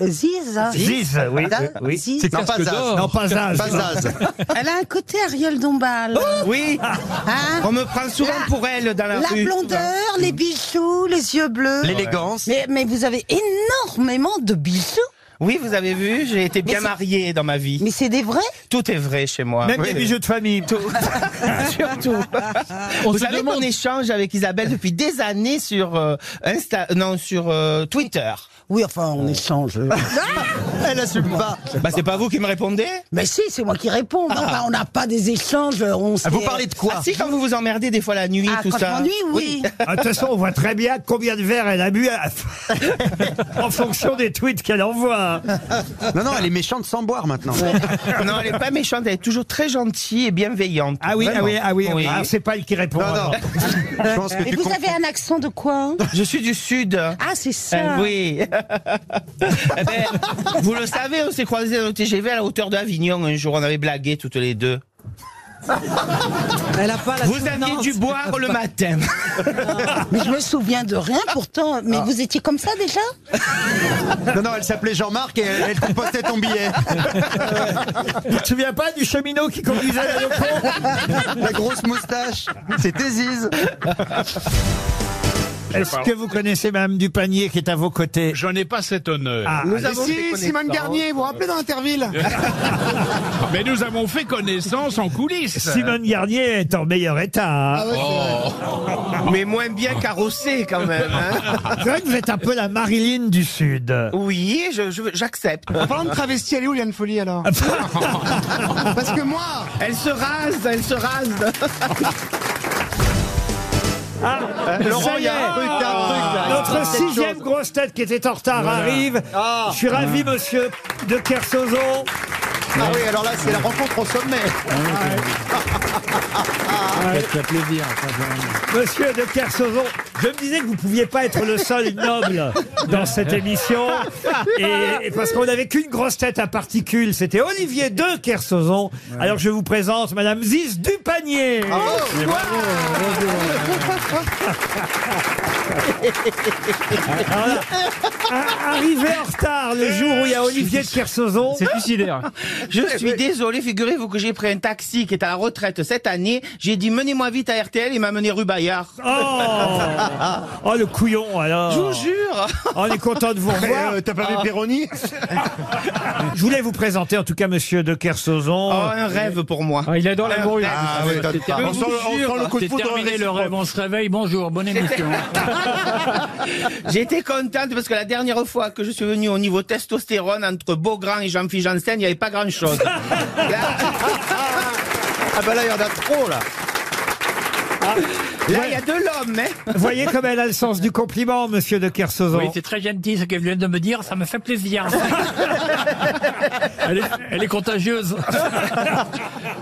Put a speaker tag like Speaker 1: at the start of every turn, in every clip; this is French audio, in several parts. Speaker 1: Ziz.
Speaker 2: Ziz, oui, oui.
Speaker 1: Ziz.
Speaker 2: C'est
Speaker 3: Non, pas
Speaker 2: Casque d'or.
Speaker 3: Zaz.
Speaker 2: Non,
Speaker 3: pas Zaz.
Speaker 2: Pas Zaz.
Speaker 1: Elle a un côté Ariel Dombal.
Speaker 3: Oh
Speaker 2: Oui,
Speaker 1: Hein
Speaker 3: On me prend souvent
Speaker 1: La-
Speaker 3: pour elle dans la,
Speaker 1: la
Speaker 3: rue.
Speaker 1: blondeur, les bijoux, les yeux bleus.
Speaker 2: l'élégance.
Speaker 1: Mais, mais vous avez énormément de bijoux.
Speaker 3: Oui, vous avez vu, j'ai été bien
Speaker 1: c'est-
Speaker 3: marié dans ma vie.
Speaker 1: Mais c'est des vrais
Speaker 3: Tout est vrai chez moi.
Speaker 4: Même
Speaker 3: Oui.
Speaker 4: les bijoux de famille.
Speaker 3: Surtout.
Speaker 5: On
Speaker 3: Vous
Speaker 5: se
Speaker 3: savez qu'on
Speaker 5: demande.
Speaker 3: échange avec Isabelle depuis des années sur euh, Insta, non sur euh, Twitter.
Speaker 1: Oui, enfin, on échange.
Speaker 2: Elle assume pas.
Speaker 3: Bah c'est pas vous qui me répondez
Speaker 1: mais si, c'est moi qui réponds. Non, bah, on n'a pas des échanges. On euh,
Speaker 2: Vous parlez de quoi
Speaker 3: Ah si quand vous vous emmerdez des fois la nuit
Speaker 1: ah,
Speaker 3: tout
Speaker 1: quand
Speaker 3: ça.
Speaker 1: je m'ennuie, oui.
Speaker 4: Ah, De toute façon, on voit très bien combien de verres elle a bu à- en fonction des tweets qu'elle envoie. hein.
Speaker 2: Non, non, elle est méchante sans boire maintenant.
Speaker 3: non, elle est pas méchante, elle est toujours très gentille et bienveillante.
Speaker 4: Ah oui, ah
Speaker 3: Vraiment.
Speaker 4: oui, ah oui. Ah, c'est pas elle qui répond.
Speaker 2: Non, non.
Speaker 4: alors.
Speaker 2: Je pense que
Speaker 1: Mais
Speaker 2: tu
Speaker 1: vous
Speaker 2: comprends.
Speaker 1: avez un accent de quoi hein
Speaker 3: Je suis du sud.
Speaker 1: Ah, c'est
Speaker 3: Euh,
Speaker 1: ça.
Speaker 3: oui. Eh ben, vous le savez, on s'est croisés dans le TGV à la hauteur d'Avignon un jour. On avait blagué toutes les deux.
Speaker 6: Elle a pas la
Speaker 3: Vous aviez dû boire le matin.
Speaker 1: Mais je me souviens de rien pourtant. Mais vous étiez comme ça déjà
Speaker 2: Non, non, elle s'appelait Jean-Marc et elle, elle te postait ton billet.
Speaker 4: Tu te souviens pas du cheminot qui conduisait à l'aéroport
Speaker 2: La grosse moustache. C'était Ziz.
Speaker 4: Est-ce que vous connaissez Madame Dupanier qui est à vos côtés
Speaker 7: J'en ai pas cet honneur.
Speaker 4: Ah,
Speaker 2: Nous
Speaker 4: allez.
Speaker 2: avons si, Simone Garnier, vous vous rappelez dans Interville
Speaker 7: Mais nous avons fait connaissance en coulisses.
Speaker 4: Simone Garnier est en meilleur état. hein.
Speaker 3: Mais moins bien carrossé quand même. hein.
Speaker 4: C'est vrai que vous êtes un peu la Marilyn du Sud.
Speaker 3: Oui, je- je- j'accepte.
Speaker 8: En parlant de travesti, elle est où Liane Folie alors Parce que moi,
Speaker 3: elle se rase, elle se rase.
Speaker 4: Ah, ça y est. Notre sixième grosse tête qui était en retard arrive. Je suis ravi, monsieur de Kersozo.
Speaker 2: Mmh. Ah oui, alors là, c'est la rencontre au sommet.
Speaker 4: Monsieur de Kersauzon, je me disais que vous pouviez pas être le seul noble dans cette émission. Et, et parce qu'on n'avait qu'une grosse tête à particules, c'était Olivier de Kersauzon. Alors je vous présente Madame Ziz Dupanier.
Speaker 2: Ah,
Speaker 4: Alors là, a- Arrivé en retard le jour où il y a Olivier de Kersauzon.
Speaker 6: suicidaire.
Speaker 3: Je suis désolé, figurez-vous que j'ai pris un taxi qui est à la retraite cette année. J'ai dit menez-moi vite à RTL, il m'a mené rue Bayard.
Speaker 4: Oh, oh le couillon alors. Oh,
Speaker 3: Je vous jure.
Speaker 4: On est content de vous revoir.
Speaker 2: T'as pas vu Péroni
Speaker 4: Je voulais vous présenter en tout cas Monsieur de Kersauzon.
Speaker 3: Oh, un rêve pour moi.
Speaker 6: il adore la bourrure.
Speaker 2: Ah oui, t'as pas.
Speaker 7: On sent le- on sent le coup de
Speaker 5: C'est
Speaker 7: foudre
Speaker 5: terminé le
Speaker 7: réciproque.
Speaker 5: rêve, on se réveille, bonjour, bonne émission.
Speaker 3: J'étais contente parce que la dernière fois que je suis venu au niveau testostérone entre Beaugrand et Jean-Philippe Janssen, il n'y avait pas grand-chose. Là,
Speaker 2: Ah bah là, il y en a trop là.
Speaker 3: Ah. là, il y a de l'homme, hein.
Speaker 4: Vous voyez comme elle a le sens du compliment, monsieur de Kersauzon.
Speaker 5: Oui, c'est très gentil ce qu'elle vient de me dire, ça me fait plaisir. elle, est, elle est contagieuse.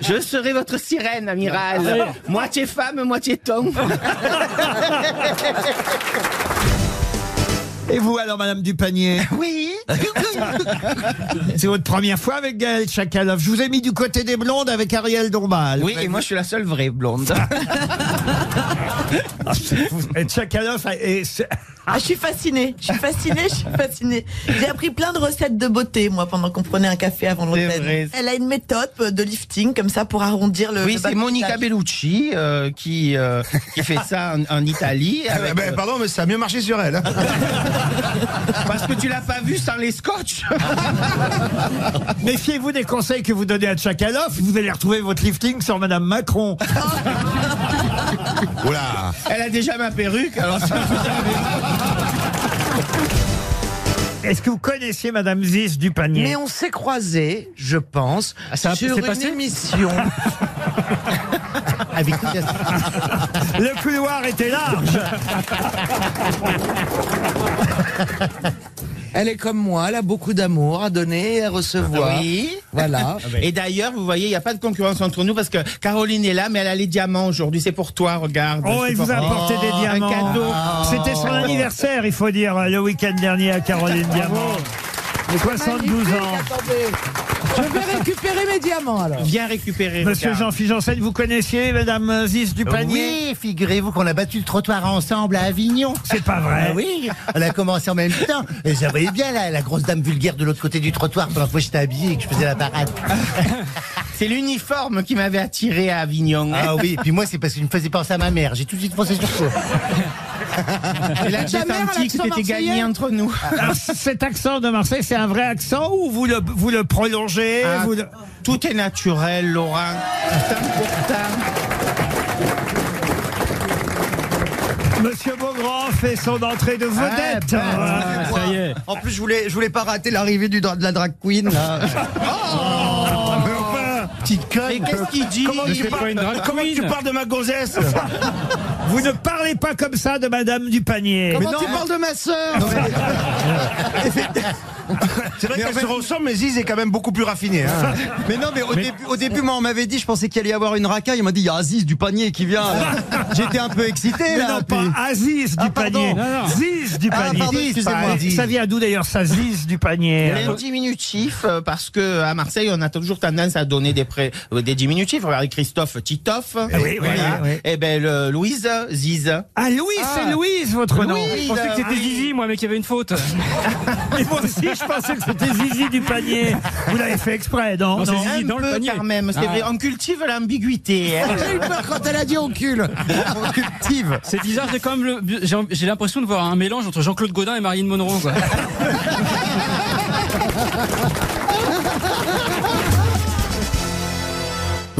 Speaker 3: Je serai votre sirène,
Speaker 2: Ah,
Speaker 3: amiral. Moitié femme, moitié tombe.
Speaker 4: Et vous alors, madame Dupanier
Speaker 3: Oui.
Speaker 4: C'est votre première fois avec Gaël Chakalov. Je vous ai mis du côté des blondes avec Ariel Dombal.
Speaker 3: Oui, et moi, je suis la seule vraie blonde.
Speaker 4: Et Chakalov et c'est-
Speaker 9: Ah, je suis fascinée, je suis fascinée, je suis fascinée. J'ai appris plein de recettes de beauté, moi, pendant qu'on prenait un café avant
Speaker 3: vrai.
Speaker 9: l'hôtel. Elle a une méthode euh, de lifting, comme ça, pour arrondir le.
Speaker 3: Oui,
Speaker 9: le bas
Speaker 3: c'est
Speaker 9: du
Speaker 3: Monica
Speaker 9: visage.
Speaker 3: Bellucci euh, qui, euh, qui fait ça en, en Italie.
Speaker 2: Eh
Speaker 3: avec-
Speaker 2: ben,
Speaker 8: pardon, mais ça a mieux marché sur elle.
Speaker 3: parce que tu l'as pas vu sans les scotch.
Speaker 4: Méfiez-vous des conseils que vous donnez à Chakalov. Vous allez retrouver votre lifting sur madame Macron.
Speaker 8: Oula
Speaker 3: Elle a déjà ma perruque. Alors ça-
Speaker 4: Est-ce que vous connaissiez madame Ziz Dupanier
Speaker 6: Mais on s'est croisés, je pense, sur une émission.
Speaker 4: Le couloir était large.
Speaker 6: Elle est comme moi, elle a beaucoup d'amour à donner et à recevoir.
Speaker 3: Oui. Ah ben.
Speaker 6: Voilà.
Speaker 3: Et d'ailleurs, vous voyez, il n'y a pas de concurrence entre nous parce que Caroline est là, mais elle a les diamants aujourd'hui. C'est pour toi, regarde.
Speaker 4: Oh,
Speaker 3: C'est
Speaker 4: elle vous a
Speaker 3: pour-
Speaker 4: apporté des
Speaker 3: Oh,
Speaker 4: diamants. Ah.
Speaker 3: Un cadeau.
Speaker 4: C'était son anniversaire, il faut dire, le week-end dernier à Caroline Diamant. de 72 ans.
Speaker 9: Je vais récupérer mes diamants alors.
Speaker 3: Viens récupérer.
Speaker 4: Monsieur
Speaker 3: Ricard.
Speaker 4: Jean-Philippe Janssen, vous connaissiez Madame Ziz du panier
Speaker 6: Oui, figurez-vous qu'on a battu le trottoir ensemble à Avignon.
Speaker 4: C'est pas vrai.
Speaker 6: Ah oui, on a commencé en même temps. Et ça voyait bien la, la grosse dame vulgaire de l'autre côté du trottoir pendant que j'étais habillé et que je faisais la parade.
Speaker 3: C'est l'uniforme qui m'avait attiré à Avignon.
Speaker 6: Ah oui, puis moi c'est parce qu'il me faisait penser à ma mère. J'ai tout de suite pensé sur ça.
Speaker 3: Et là, j'ai
Speaker 9: Ta mère,
Speaker 3: senti que
Speaker 9: l'accent
Speaker 3: c'était
Speaker 9: marseillais
Speaker 3: gagné entre nous.
Speaker 4: Alors, Ah, cet accent de Marseille, c'est un vrai accent ou vous le, vous le prolongez
Speaker 3: Ah,
Speaker 4: vous le-
Speaker 3: Tout est naturel, Laurent.
Speaker 6: Ah.
Speaker 3: C'est important.
Speaker 4: Monsieur Beaugrand fait son entrée de vedette. Voilà.
Speaker 5: Ça y est.
Speaker 2: En plus, je voulais, je voulais pas rater l'arrivée du dra- de la drag queen. là.
Speaker 4: Mais enfin,
Speaker 6: Petite
Speaker 3: Et
Speaker 6: conne.
Speaker 3: qu'est-ce qu'il dit
Speaker 5: Mais c'est pas une drag queen.
Speaker 3: de ma gonzesse
Speaker 4: vous ne parlez pas comme ça de Madame du panier.
Speaker 8: Comment tu parles de ma sœur
Speaker 6: C'est vrai qu'elle se ressemble, mais Ziz est quand même beaucoup plus hein. raffiné.
Speaker 2: mais non, mais au début, au début, moi, on m'avait dit, je pensais qu'il allait y avoir une racaille. On m'a dit, il y a Aziz du panier qui vient. J'étais un peu excité.
Speaker 4: Mais
Speaker 2: là,
Speaker 4: non,
Speaker 2: puis-
Speaker 4: pas Aziz du
Speaker 2: Ah,
Speaker 4: panier.
Speaker 2: pardon.
Speaker 4: Ziz du
Speaker 2: Ah,
Speaker 4: panier.
Speaker 2: pardon, excusez-moi.
Speaker 4: Ziz. Ça vient d'où d'ailleurs, ça Ziz du panier
Speaker 3: Les diminutifs, euh, parce que à Marseille, on a toujours tendance à donner des, pré- euh, des diminutifs. Regardez Christophe Titoff.
Speaker 4: Eh oui, oui, oui.
Speaker 3: Et ben le Louise Ziz.
Speaker 4: Ah, Louis, c'est Louise votre nom.
Speaker 3: Je pensais que c'était
Speaker 5: Zizi, moi, mais qu'il y avait une faute.
Speaker 4: Et moi aussi, je pensais que c'était Zizi du panier. Vous l'avez fait exprès, non,
Speaker 5: c'est
Speaker 4: non.
Speaker 5: Zizi.
Speaker 3: Un
Speaker 5: dans le
Speaker 3: peu
Speaker 5: panier.
Speaker 3: quand même.
Speaker 4: Ah
Speaker 3: C'est vrai, on cultive l'ambiguïté. hein.
Speaker 6: J'ai eu peur quand elle a dit on cul.
Speaker 2: On cultive.
Speaker 5: C'est bizarre, j'ai quand même le- j'ai- j'ai l'impression de voir un mélange entre Jean-Claude Godin et Marine Monroe. quoi.